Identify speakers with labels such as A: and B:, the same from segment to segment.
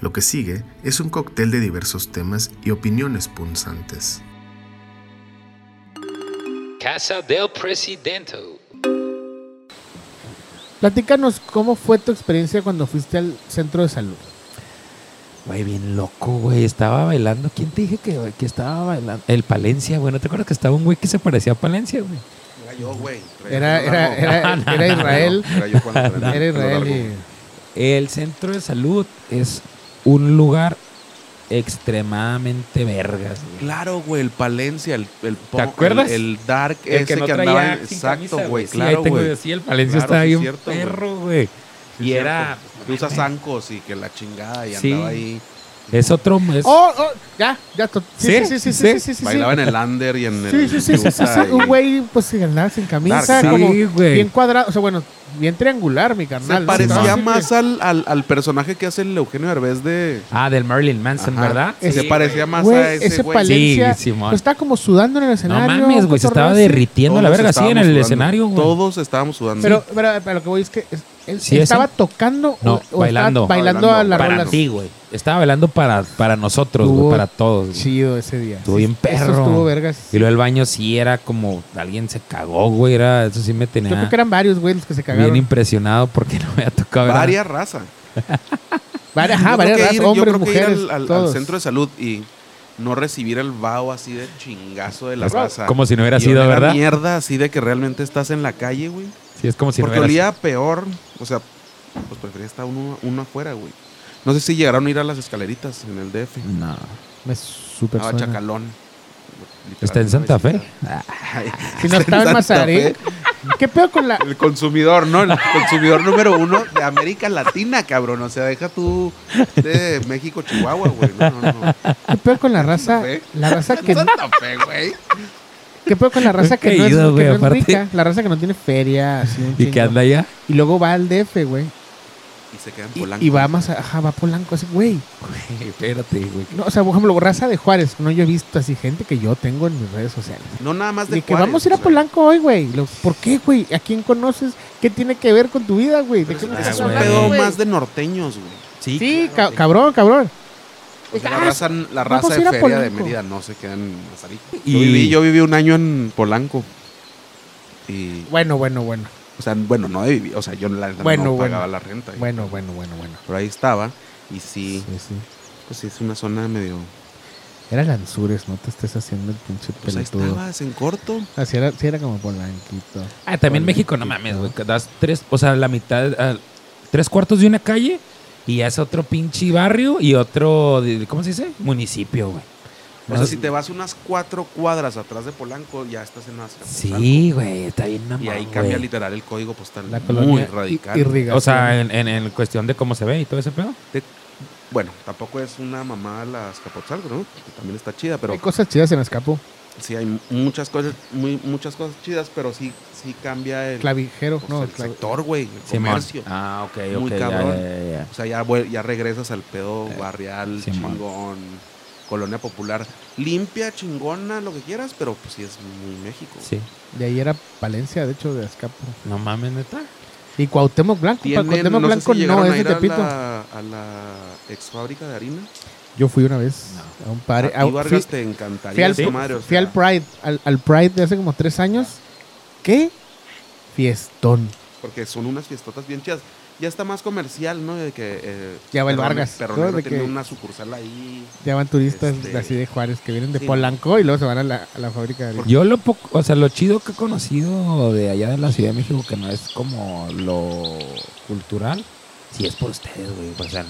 A: Lo que sigue es un cóctel de diversos temas y opiniones punzantes.
B: Casa del Presidente.
C: Platícanos cómo fue tu experiencia cuando fuiste al centro de salud.
D: Güey, bien loco, güey. Estaba bailando. ¿Quién te dije que, que estaba bailando? El Palencia, güey. ¿No te acuerdas que estaba un güey que se parecía a Palencia, güey?
E: Era yo, güey. Traía
C: Era,
E: el pelo
D: No, no,
C: era, era,
E: largo.
C: era
D: no,
C: Israel.
E: Era yo cuando traía el
C: Era
E: pelo
C: Israel
E: largo.
C: y
D: El centro de salud es un lugar extremadamente vergas, güey.
E: Claro, güey, el Palencia, el, el punk,
D: acuerdas?
E: El, el dark
D: El
E: ese que, andaba. en- exacto, güey, claro, güey.
D: Sí, el Palencia
E: Claro,
D: estaba
E: sí,
D: bien
E: cierto, güey.
D: perro, güey.
E: Sí,
D: y
E: cierto.
D: era...
E: Que usa zancos y que la chingada y
D: Sí.
E: andaba ahí.
D: Es otro... es-
C: Oh, oh, ya, ya. to- Sí,
D: ¿Sí?
C: sí, sí, sí, sí,
D: ¿Sí?
C: sí, sí, sí.
E: Bailaba en el under y en
C: Sí,
E: el.
C: sí, sí, sí, sí,
E: Yuta
C: sí,
E: y-
C: Un güey, pues, sin andaba sin camisa,
E: Dark, sí,
C: como
D: güey.
C: bien cuadrado, o sea, bueno, bien triangular, mi
E: Se
C: carnal.
E: parecía
C: Entonces,
E: más al, al, al personaje que hace el Eugenio Derbez de.
D: Ah, del Marilyn Manson,
E: Ajá.
D: ¿verdad?
C: Sí,
E: se parecía más
C: Güey,
E: a ese
C: ese
E: güey.
D: pale-
C: Palencia
D: Sí, Simón.
C: pues, estaba como sudando en el
D: No
C: escenario.
D: mames, güey. Se estaba
C: cotorreo así.
D: derritiendo la
E: Todos
D: verga así en
E: estábamos
D: el
E: sudando.
D: escenario, güey.
E: Todos estábamos sudando.
C: Pero, pero, pero lo que voy es que es- él
D: Sí,
C: estaba
D: ese.
C: tocando o-
D: No,
C: o, estaba
D: bailando.
C: bailando a
E: Bailando.
C: las
D: Para
C: rolas.
D: ti, güey. Estaba bailando para, para nosotros,
C: Estuvo
D: güey. Para todos. güey.
C: Chido ese día.
D: Estuvo bien
C: Eso
D: perro.
C: estuvo vergas.
D: Y luego el baño sí era como alguien se cagó, güey. Era, eso sí me
C: Yo creo
D: tenía
C: que eran varios güey los que se
D: bien
C: cagaron.
D: impresionado porque no me había tocado ver a-
E: Varias razas.
C: Vari-
E: Yo
C: Ajá,
E: creo
C: varias
E: que
C: razas,
E: ir- yo
C: hombres,
E: creo que ir
C: mujeres,
E: al- al, al
C: todos.
E: centro de salud y no recibir el vaho así de chingazo de la raza.
D: Como si no hubiera
E: Y
D: sido,
E: oler a
D: ¿verdad?
E: mierda así de que realmente estás en la calle, güey.
D: Sí, es como si no
E: Porque
D: hubiera
E: olía peor. O sea, pues prefería estar uno, uno afuera, güey. No sé si llegaron a ir a las escaleritas en el DF.
D: sido. No.
C: Me super
E: Estaba
C: suena.
E: Chacalón.
D: ¿Está en Santa Fe? Ah,
C: Si no estaba en Mazarín. ¿Qué pedo con la...?
E: El consumidor, ¿no? El consumidor número uno de América Latina, cabrón. O sea, deja tú de México, Chihuahua, güey. No, no, no.
C: ¿Qué pedo con la raza?
E: Fe.
C: La raza que...
E: Santa Fe, güey.
C: ¿Qué pedo con la raza que no es,
D: Caído,
C: que
D: güey,
C: no es
D: aparte.
C: rica? La raza que no tiene feria, así un
D: y que
C: chingo.
D: anda allá.
C: Y luego va al DF, güey.
E: Y se quedan
C: Y,
E: polanco.
C: y va más... a- Ajá, va a Polanco, así, güey.
D: Espérate, güey.
C: No, o sea, por ejemplo, raza de Juárez. No, yo he visto así gente que yo tengo en mis redes sociales.
E: No nada más de,
C: De que
E: Juárez,
C: vamos a ir a
E: o sea,
C: Polanco hoy, güey. Lo- ¿Por qué, güey? ¿A quién conoces? ¿Qué tiene que ver con tu vida, güey? ¿De
E: pero
C: qué me
D: Ah,
E: Es
C: estás
E: es un
D: güey.
C: hablando,
E: pedo
C: güey?
E: más de norteños, güey.
C: Sí, ca- cabrón, cabrón.
E: O sea,
C: Ah,
E: la raza, la
C: vamos
E: raza
C: a ir a
E: de feria de
C: Polanco.
E: Mérida no se queda en Mazarik.
D: Y-
E: Yo, viví, yo viví un año en Polanco. Y,
C: Bueno, bueno, bueno.
E: o sea, bueno, no de vivir. O sea, yo la neta
C: Bueno,
E: no
C: bueno.
E: pagaba la renta. güey.
C: Bueno, bueno, bueno, bueno.
E: Pero ahí estaba. Y sí,
C: Sí, sí.
E: pues sí, es una zona medio...
C: Era Lanzures, no te estés haciendo el pinche
E: Pues ahí
C: pelotudo.
E: estabas, en corto.
C: Así era, sí era como Polanquito.
D: Ah, también México, no mames, güey. que Das tres, o sea, la mitad, ah, tres cuartos de una calle y ya es otro pinche barrio y otro, de- ¿cómo se dice? Municipio, güey.
E: O sea, si te vas unas cuatro cuadras atrás de Polanco, ya estás en Mazarik.
D: Sí, güey, está bien mamón,
E: Y ahí cambia
D: güey.
E: literal el código postal.
C: Ah, La
E: muy
C: colonia
E: radical.
C: i- irrigación.
D: O sea, eh, en, en, en cuestión de cómo se ve y todo ese pedo.
E: Bueno, tampoco es una mamá la Azcapotzalco, ¿no? Que también está chida, pero
C: Hay cosas chidas en Escapo.
E: sí hay mu- muchas cosas, muy, muchas cosas chidas, pero sí, sí cambia el,
C: Clavijero,
E: pues,
C: no,
E: el
C: clavi-
E: sector, güey, el
D: Simón.
E: comercio.
D: Ah, ok, ok.
E: Muy
D: ya,
E: cabrón.
D: ya, ya, ya.
E: O sea, ya, vuel- ya regresas al pedo
C: Eh,
E: barrial,
D: Simón.
E: chingón, colonia popular, limpia, chingona, lo que quieras, pero pues sí es muy México. güey.
D: Sí.
C: De ahí era Palencia, de hecho, de Escapo.
D: No mames, neta.
C: Y Cuauhtémoc Blanco. pa-
E: Tienen-
C: Cuauhtémoc
E: no sé si
C: Blanco no,
E: llegaron a
C: es de
E: ir a
C: Tepito.
E: la, a la ex fábrica de harina.
C: Yo fui una vez a un padre.
E: a ti, Vargas,
C: fui,
E: te
C: fui
E: encantaría
C: al,
E: esa madre, o
C: fui al
E: sea.
C: Pride, al, al Pride de hace como tres años. ¿Qué? Fiestón.
E: porque son unas fiestotas bien chidas. Ya está más comercial, ¿no? De que eh,
C: Ya va el
E: Perro-
C: Vargas,
E: Perro
C: ¿no?
E: Negro
C: De
E: tiene
C: que-
E: una sucursal ahí.
C: Ya van turistas
E: Este-
C: de así de Juárez que vienen de
E: Sí.
C: Polanco y luego se van a la, a la fábrica de harina.
D: Yo lo poco, o sea, lo chido que he conocido de allá de la Ciudad de México, que no es como lo cultural, si es por ustedes, güey. O sea,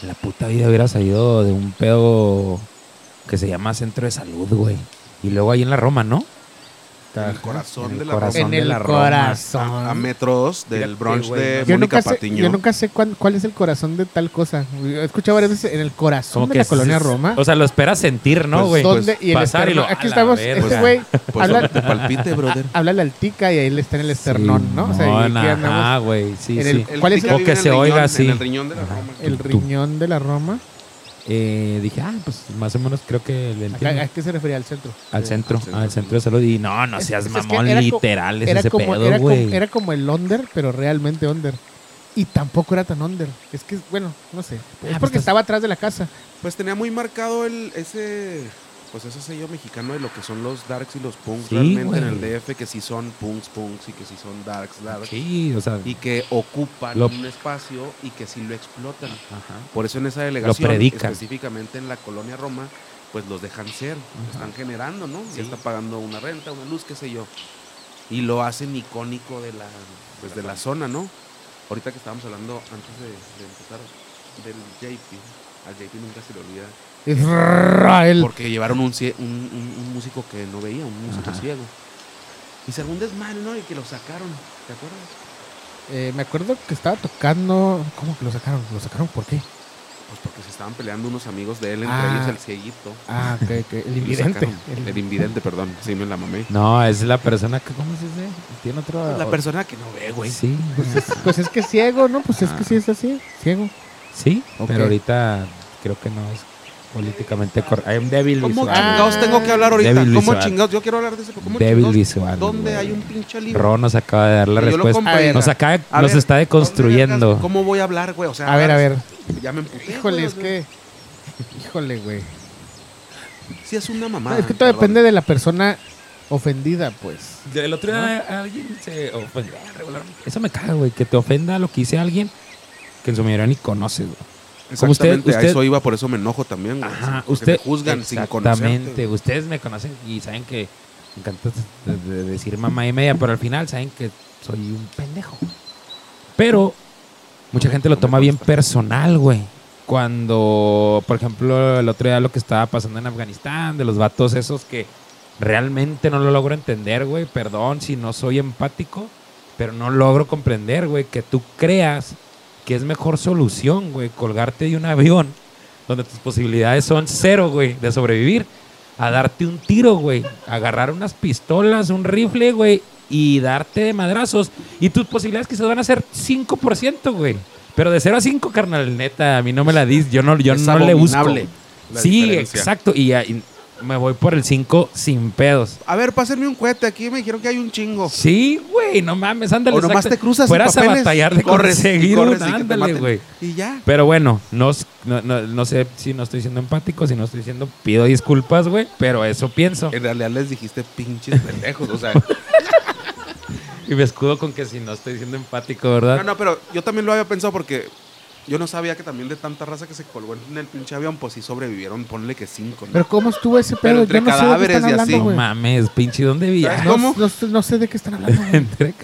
D: en la puta vida hubiera salido de un pedo que se llama centro de salud, güey. Y luego ahí en la Roma, ¿no?
E: En el corazón
D: En el
E: de la
D: corazón.
C: En
D: son de
C: el
D: la Roma,
C: corazón.
E: A, a metro dos del
D: Fíjate,
E: brunch
D: güey,
E: de
D: no.
C: yo,
E: Mónica
C: nunca sé,
E: Patiño.
C: yo nunca sé cuán- cuál es el corazón de tal cosa. He escuchado varias veces en el corazón de la
D: es-
C: colonia
D: es-
C: Roma.
D: O sea, lo esperas sentir, ¿no,
E: Pues,
D: güey?
C: ¿Dónde? y el
D: pasar y
C: esternón.
D: lo-
C: Aquí
D: a la
C: estamos,
D: verga.
C: este güey
E: Pues
C: Habla-
E: donde te palpite, brother.
C: habla al tica y ahí le está en el esternón, ¿no? O sea, y aquí andamos
D: ah, güey, sí,
C: en
D: sí.
C: el- ¿Cuál es
E: pica
D: el-
E: vive
D: o que
E: en
D: se oiga
E: riñón,
D: así.
E: En el riñón de la Roma.
C: el
D: Tú.
C: riñón de la Roma.
D: Eh, dije, ah, pues más o menos creo que le
C: Acá-
D: entiendo.
C: ¿A qué se refería al centro?
D: al centro,
E: al
D: al
E: centro.
D: centro, de salud. Y no, no
C: Es-
D: seas
C: es que
D: mamón,
C: era co-
D: literal, es
C: era
D: ese
C: como,
D: pedo,
C: era, como,
D: güey.
C: era como el under, pero realmente under. Y tampoco era tan under. Es que, bueno, no sé.
D: pues
C: Es porque
D: estás-
C: estaba atrás de la casa.
E: Pues tenía muy marcado el ese pues ese sello mexicano de lo que son los darks y los punks
D: Sí,
E: realmente en
D: güey.
E: el DF que sí son punks punks y que sí son darks darks
D: Sí, o sea,
E: y que ocupan
D: Lo-
E: un espacio y que sí lo explotan.
D: ajá.
E: Por eso en esa delegación
D: predican.
E: específicamente en la colonia Roma pues los dejan ser,
D: Ajá.
E: están generando, ¿no?
D: Sí.
E: Ya está pagando una renta, una luz, qué sé yo. Y lo hacen icónico de la pues de la zona, ¿no? Ahorita que estábamos hablando antes de, de empezar del JP, al JP nunca se le olvida
D: Mm.
C: Israel.
E: porque llevaron un, cie- un, un- un músico que no veía, un músico
D: Ajá.
E: ciego. Y se algún desmadre, ¿no? Y que lo sacaron, ¿te acuerdas?
C: Eh, me acuerdo que estaba tocando. ¿Cómo que lo sacaron? ¿Lo sacaron por qué?
E: Pues porque se estaban peleando unos amigos de él, entre
C: Ah.
E: ellos el cieguito.
C: Ah, que, que el
E: Y lo
C: invidente.
E: sacaron. El,
C: El-
E: invidente, perdón. Sí, me la mamé.
D: No, es la persona que, ¿cómo se dice? Tiene otro...
E: La persona que no ve, güey.
D: Sí,
C: pues, es, pues es que es ciego, ¿no? Pues es que sí es así, ciego.
D: sí,
C: Ok.
D: pero ahorita creo que no es políticamente correcto. Hay un débil
E: ¿Cómo
D: visual.
E: chingados
D: güey.
E: tengo que hablar ahorita?
D: Débil
E: ¿Cómo
D: visual.
E: chingados? Yo quiero hablar de ese. pero ¿Cómo
D: Débil
E: chingados?
D: visual,
E: ¿Dónde
D: güey.
E: hay un pinche libro?
D: Ro nos acaba de dar la
E: Que yo lo
D: respuesta.
E: compré.
D: Nos, acaba, de-
E: A
D: nos
E: ver,
D: está
E: ¿dónde vergas?
D: deconstruyendo.
E: ¿Cómo voy a hablar, güey? O sea,
C: A ver, a ver.
E: Ya me emputé,
C: Híjole,
E: Ah, güey,
C: es
E: o sea,
C: que. Híjole, güey.
E: Sí, es una
C: No,
E: mamada.
C: es que todo
E: perdón.
C: depende de la persona ofendida, pues.
D: El otro día alguien se ofendió regularmente. Eso me caga, güey. Que te ofenda lo que hice a alguien que en su mayoría ni conoces, güey. Como usted-
E: Exactamente, a
D: usted-
E: eso iba, por eso me enojo también, güey.
D: Ajá,
E: porque
D: usted,
E: me juzgan sin
D: Exactamente,
E: conocerte.
D: ustedes me conocen y saben que me encanta de- de- de decir mamá y media, pero al final saben que soy un pendejo. Pero mucha
E: No me-
D: gente lo
E: no me
D: toma bien
E: consta.
D: personal, güey. Cuando, por ejemplo, el otro día lo que estaba pasando en Afganistán, de los vatos esos que realmente no lo logro entender, güey. Perdón si no soy empático, pero no logro comprender, güey, que tú creas que es mejor solución, güey, colgarte de un avión donde tus posibilidades son cero, güey, de sobrevivir, a darte un tiro, güey, agarrar unas pistolas, un rifle, güey, y darte de madrazos. Y tus posibilidades quizás van a ser 5%, güey. Pero de 0 a 5, carnal, neta, a mí no me la dis, yo no, yo
E: Es
D: no le busco.
E: abominable la
D: Sí,
E: diferencia.
D: exacto, y, ya- y me voy por el 5 sin pedos.
E: A ver, pásenme un cohete, aquí me dijeron que hay un chingo.
D: Sí, güey, no mames, ándale.
E: o nomás
D: exacto.
E: te cruzas sin
D: Fueras a
E: papeles
D: batallar
E: y
D: de
E: corres, y
D: conseguir
E: corres
D: un,
E: y que te
D: ándale,
E: maten.
D: güey.
E: Y ya.
D: Pero bueno, no, s- no, no- no sé si no estoy siendo empático, si no estoy siendo, pido disculpas, güey, pero eso pienso.
E: En realidad les dijiste pinches pendejos, o sea.
D: Y me escudo con que si no estoy siendo empático, ¿verdad?
E: No, no, pero yo también lo había pensado porque yo no sabía que también de tanta raza que se colgó en el pinche avión, pues sí sobrevivieron, ponle que cinco, ¿no?
C: Pero ¿cómo estuvo ese
E: Pero
C: pedo?
E: entre
C: Yo no sé de qué
E: cadáveres
C: están
E: y así.
C: hablando,
D: No
C: güey.
D: mames, pinche, ¿dónde vivías?
C: No,
E: ¿Cómo?
C: no, no sé de qué están hablando. güey.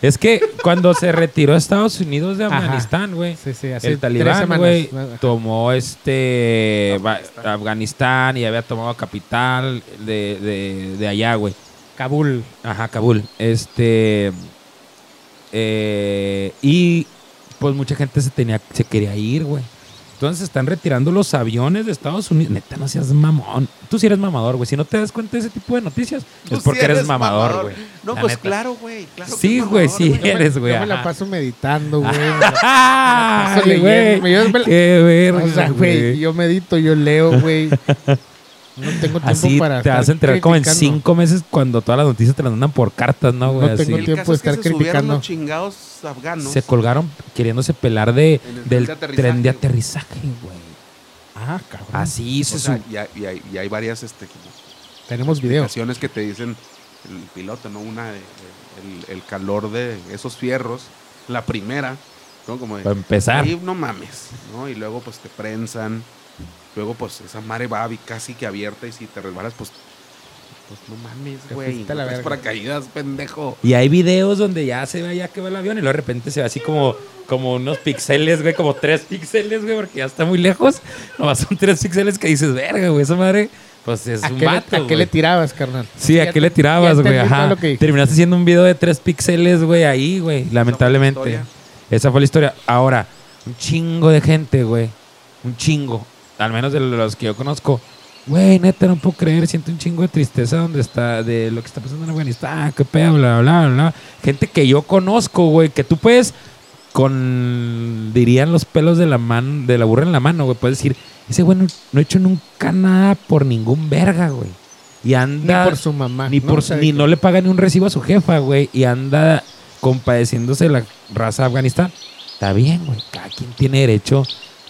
D: es que cuando se retiró a Estados Unidos de
C: Ajá.
D: Afganistán, güey,
C: Sí, sí, hace
D: el
C: tres
D: talibán,
C: semanas.
D: güey,
C: Ajá.
D: tomó este va-
E: Afganistán.
D: Afganistán. y había tomado capital de, de- de allá, güey. Kabul. Ajá, Kabul. Este. eh, y pues mucha gente se tenía, se quería ir, güey. Entonces están retirando los aviones de Estados Unidos. Neta, no seas mamón. Tú sí eres mamador, güey. Si no te das cuenta de ese tipo de noticias,
E: Tú
D: es porque
E: sí
D: eres, mamador, güey.
E: No,
D: La
E: pues
D: neta.
E: claro, güey. Claro que
D: Sí,
E: es
D: güey,
E: mamador,
D: sí.
C: Yo me-
D: eres, güey,
C: Yo me la
D: ajá.
C: paso meditando, güey.
D: ¡Ah!
C: Paso leyendo,
D: güey!
C: yo me la-
D: ¡Qué verga,
C: O sea, güey, yo medito, yo leo, güey. No tengo tiempo
D: Así
C: para.
D: te vas a
C: estar
D: enterar como en
C: criticando.
D: cinco meses cuando todas las noticias te las mandan por cartas, ¿no, güey?
C: No
D: Así.
C: tengo
E: El
C: tiempo
E: caso
C: de
E: es que
C: estar
E: se subieron
C: criticando.
E: los chingados afganos.
D: Se colgaron queriéndose pelar de,
E: En el
D: del
E: tren de aterrizaje,
D: tren de
E: güey.
D: aterrizaje, güey.
C: Ah, cabrón.
D: Así se
E: O sea,
D: su-
E: y, hay, y hay- y hay varias este, como
C: Tenemos video.
E: ocasiones que te dicen el piloto, ¿no? Una de- de- el, el calor de esos fierros, la primera, ¿no? Como de,
D: Para empezar.
E: ahí no mames, ¿no? Y luego pues te prensan, luego pues esa mare va vi- casi que abierta y si te resbalas pues, pues no mames,
C: Te
E: güey,
C: fuiste a
E: no
C: la
E: traes
C: verga.
E: paracaídas, pendejo.
D: Y hay videos donde ya se ve ya que va el avión y luego de repente se ve así como, como unos píxeles, güey, como tres píxeles, güey, porque ya está muy lejos. Nomás son tres píxeles que dices, verga, güey, esa madre, pues es
C: ¿A
D: un
C: qué, le-
D: vato,
C: a qué le
D: güey".
C: tirabas, carnal?
D: Sí, ¿a
C: Ya
D: qué
C: te-
D: le tirabas,
C: ya
D: güey?
C: entendí todo
D: Ajá.
C: lo que dijiste.
D: Terminaste haciendo un video de tres píxeles, güey, ahí, güey. Lamentablemente.
E: historia.
D: Esa fue la historia. Ahora, un chingo de gente, güey. Un chingo. Al menos de los que yo conozco. Güey, neta, no puedo creer. Siento un chingo de tristeza donde está, de lo que está pasando en Afganistán. Qué pedo, bla, bla, bla, bla. Gente que yo conozco, güey, que tú puedes con dirían los pelos de la mano, de la burra en la mano, güey. Puedes decir, ese güey no, no ha hecho nunca nada por ningún verga, güey. Y
C: Ni
D: anda
C: por su mamá.
D: ni, por,
C: O sea,
D: ni no le paga ni un recibo a su jefa, güey, y anda compadeciéndose de la raza de Afganistán. Está bien, güey. Cada quien tiene derecho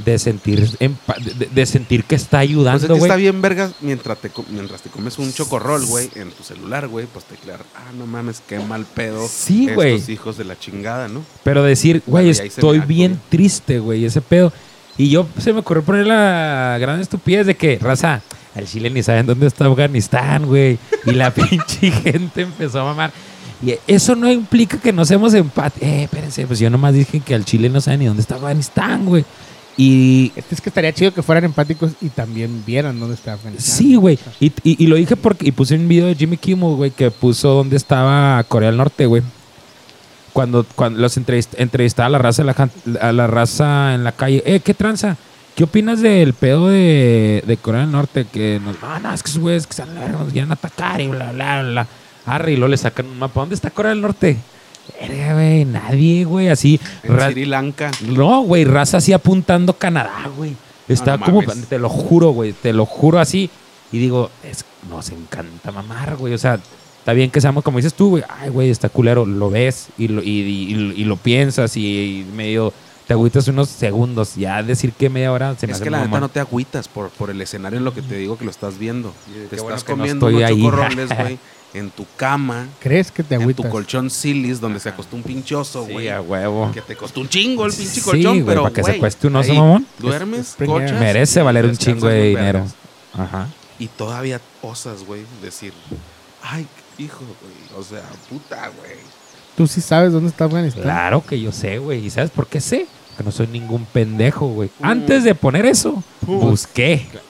D: de sentir, empa- de, de- de sentir que está
E: Pues
D: ayudando,
E: es que
D: güey.
E: está bien, vergas, mientras te, co- mientras te comes un chocorrol, güey, en tu celular, güey, pues teclear, ah, no mames, qué mal pedo.
D: Sí,
E: estos
D: güey.
E: hijos de la chingada, ¿no?
D: Pero decir, güey,
E: Bueno, ya hice
D: estoy
E: mi acto,
D: bien
E: güey.
D: triste, güey, ese pedo. Y yo se me ocurrió poner la gran estupidez de que, raza, al Chile ni saben dónde está Afganistán, güey. Y la pinche gente empezó a mamar. Y eso no implica que no seamos empate. Eh, espérense, pues yo nomás dije que al Chile no saben ni dónde está Afganistán, güey. Y
C: Este es que estaría chido que fueran empáticos y también vieran dónde está Afganistán.
D: Sí, güey. Y, y- y lo dije porque y puse un video de Jimmy Kimmel, güey, que puso dónde estaba Corea del Norte, güey. Cuando, cuando los entrevist- entrevistaba a la raza de la, jan- a la raza en la calle, eh, qué tranza. ¿Qué opinas del pedo de, de Corea del Norte? Que nos, ah, no, es que esos güeyes que están, nos quieren atacar y bla, bla, bla. Arre, y luego le sacan un mapa. ¿Dónde está Corea del Norte? Verga, güey, nadie, güey, así.
E: En
D: ra-
E: Sri Lanka.
D: no, güey, raza así apuntando Canadá, güey. Está
E: Ah, no
D: como,
E: mames.
D: te lo juro, güey, te lo juro así. Y digo, es, nos encanta mamar, güey. O sea, está bien que seamos como dices tú, güey. Ay, güey, está culero, lo ves y lo, y, y- y lo piensas y, medio te agüitas unos segundos. Ya decir que media hora se me
E: es
D: hace
E: que la
D: mamón.
E: neta no te agüitas por, por el escenario en lo que te digo que lo estás viendo. Te
D: bueno
E: estás
D: que no
E: comiendo
D: estoy
E: unos
D: ahí.
E: chocorroles, güey, en tu cama,
C: ¿Crees que te
E: en tu
C: agüitas?
E: colchón silis, donde se acostó un pinchoso,
D: Sí,
E: güey.
D: a huevo.
E: que te costó un chingo el pinche
D: Sí,
E: colchón,
D: güey,
E: pero
D: para que se
E: güey,
D: cueste un oso,
E: ahí
D: mamón.
E: Duermes,
C: Es- es
E: cochas,
D: Merece
E: y
D: valer un
E: descansas
D: chingo de
E: muy vergas.
D: dinero. Ajá.
E: Y todavía osas, güey, decir, ay, hijo, güey, o sea, puta, güey.
C: Tú sí sabes dónde está Afganistán.
D: Claro que yo sé, güey.
E: Mm.
D: ¿Y sabes por qué sé? Que no soy ningún pendejo, güey. Antes de poner eso, busqué.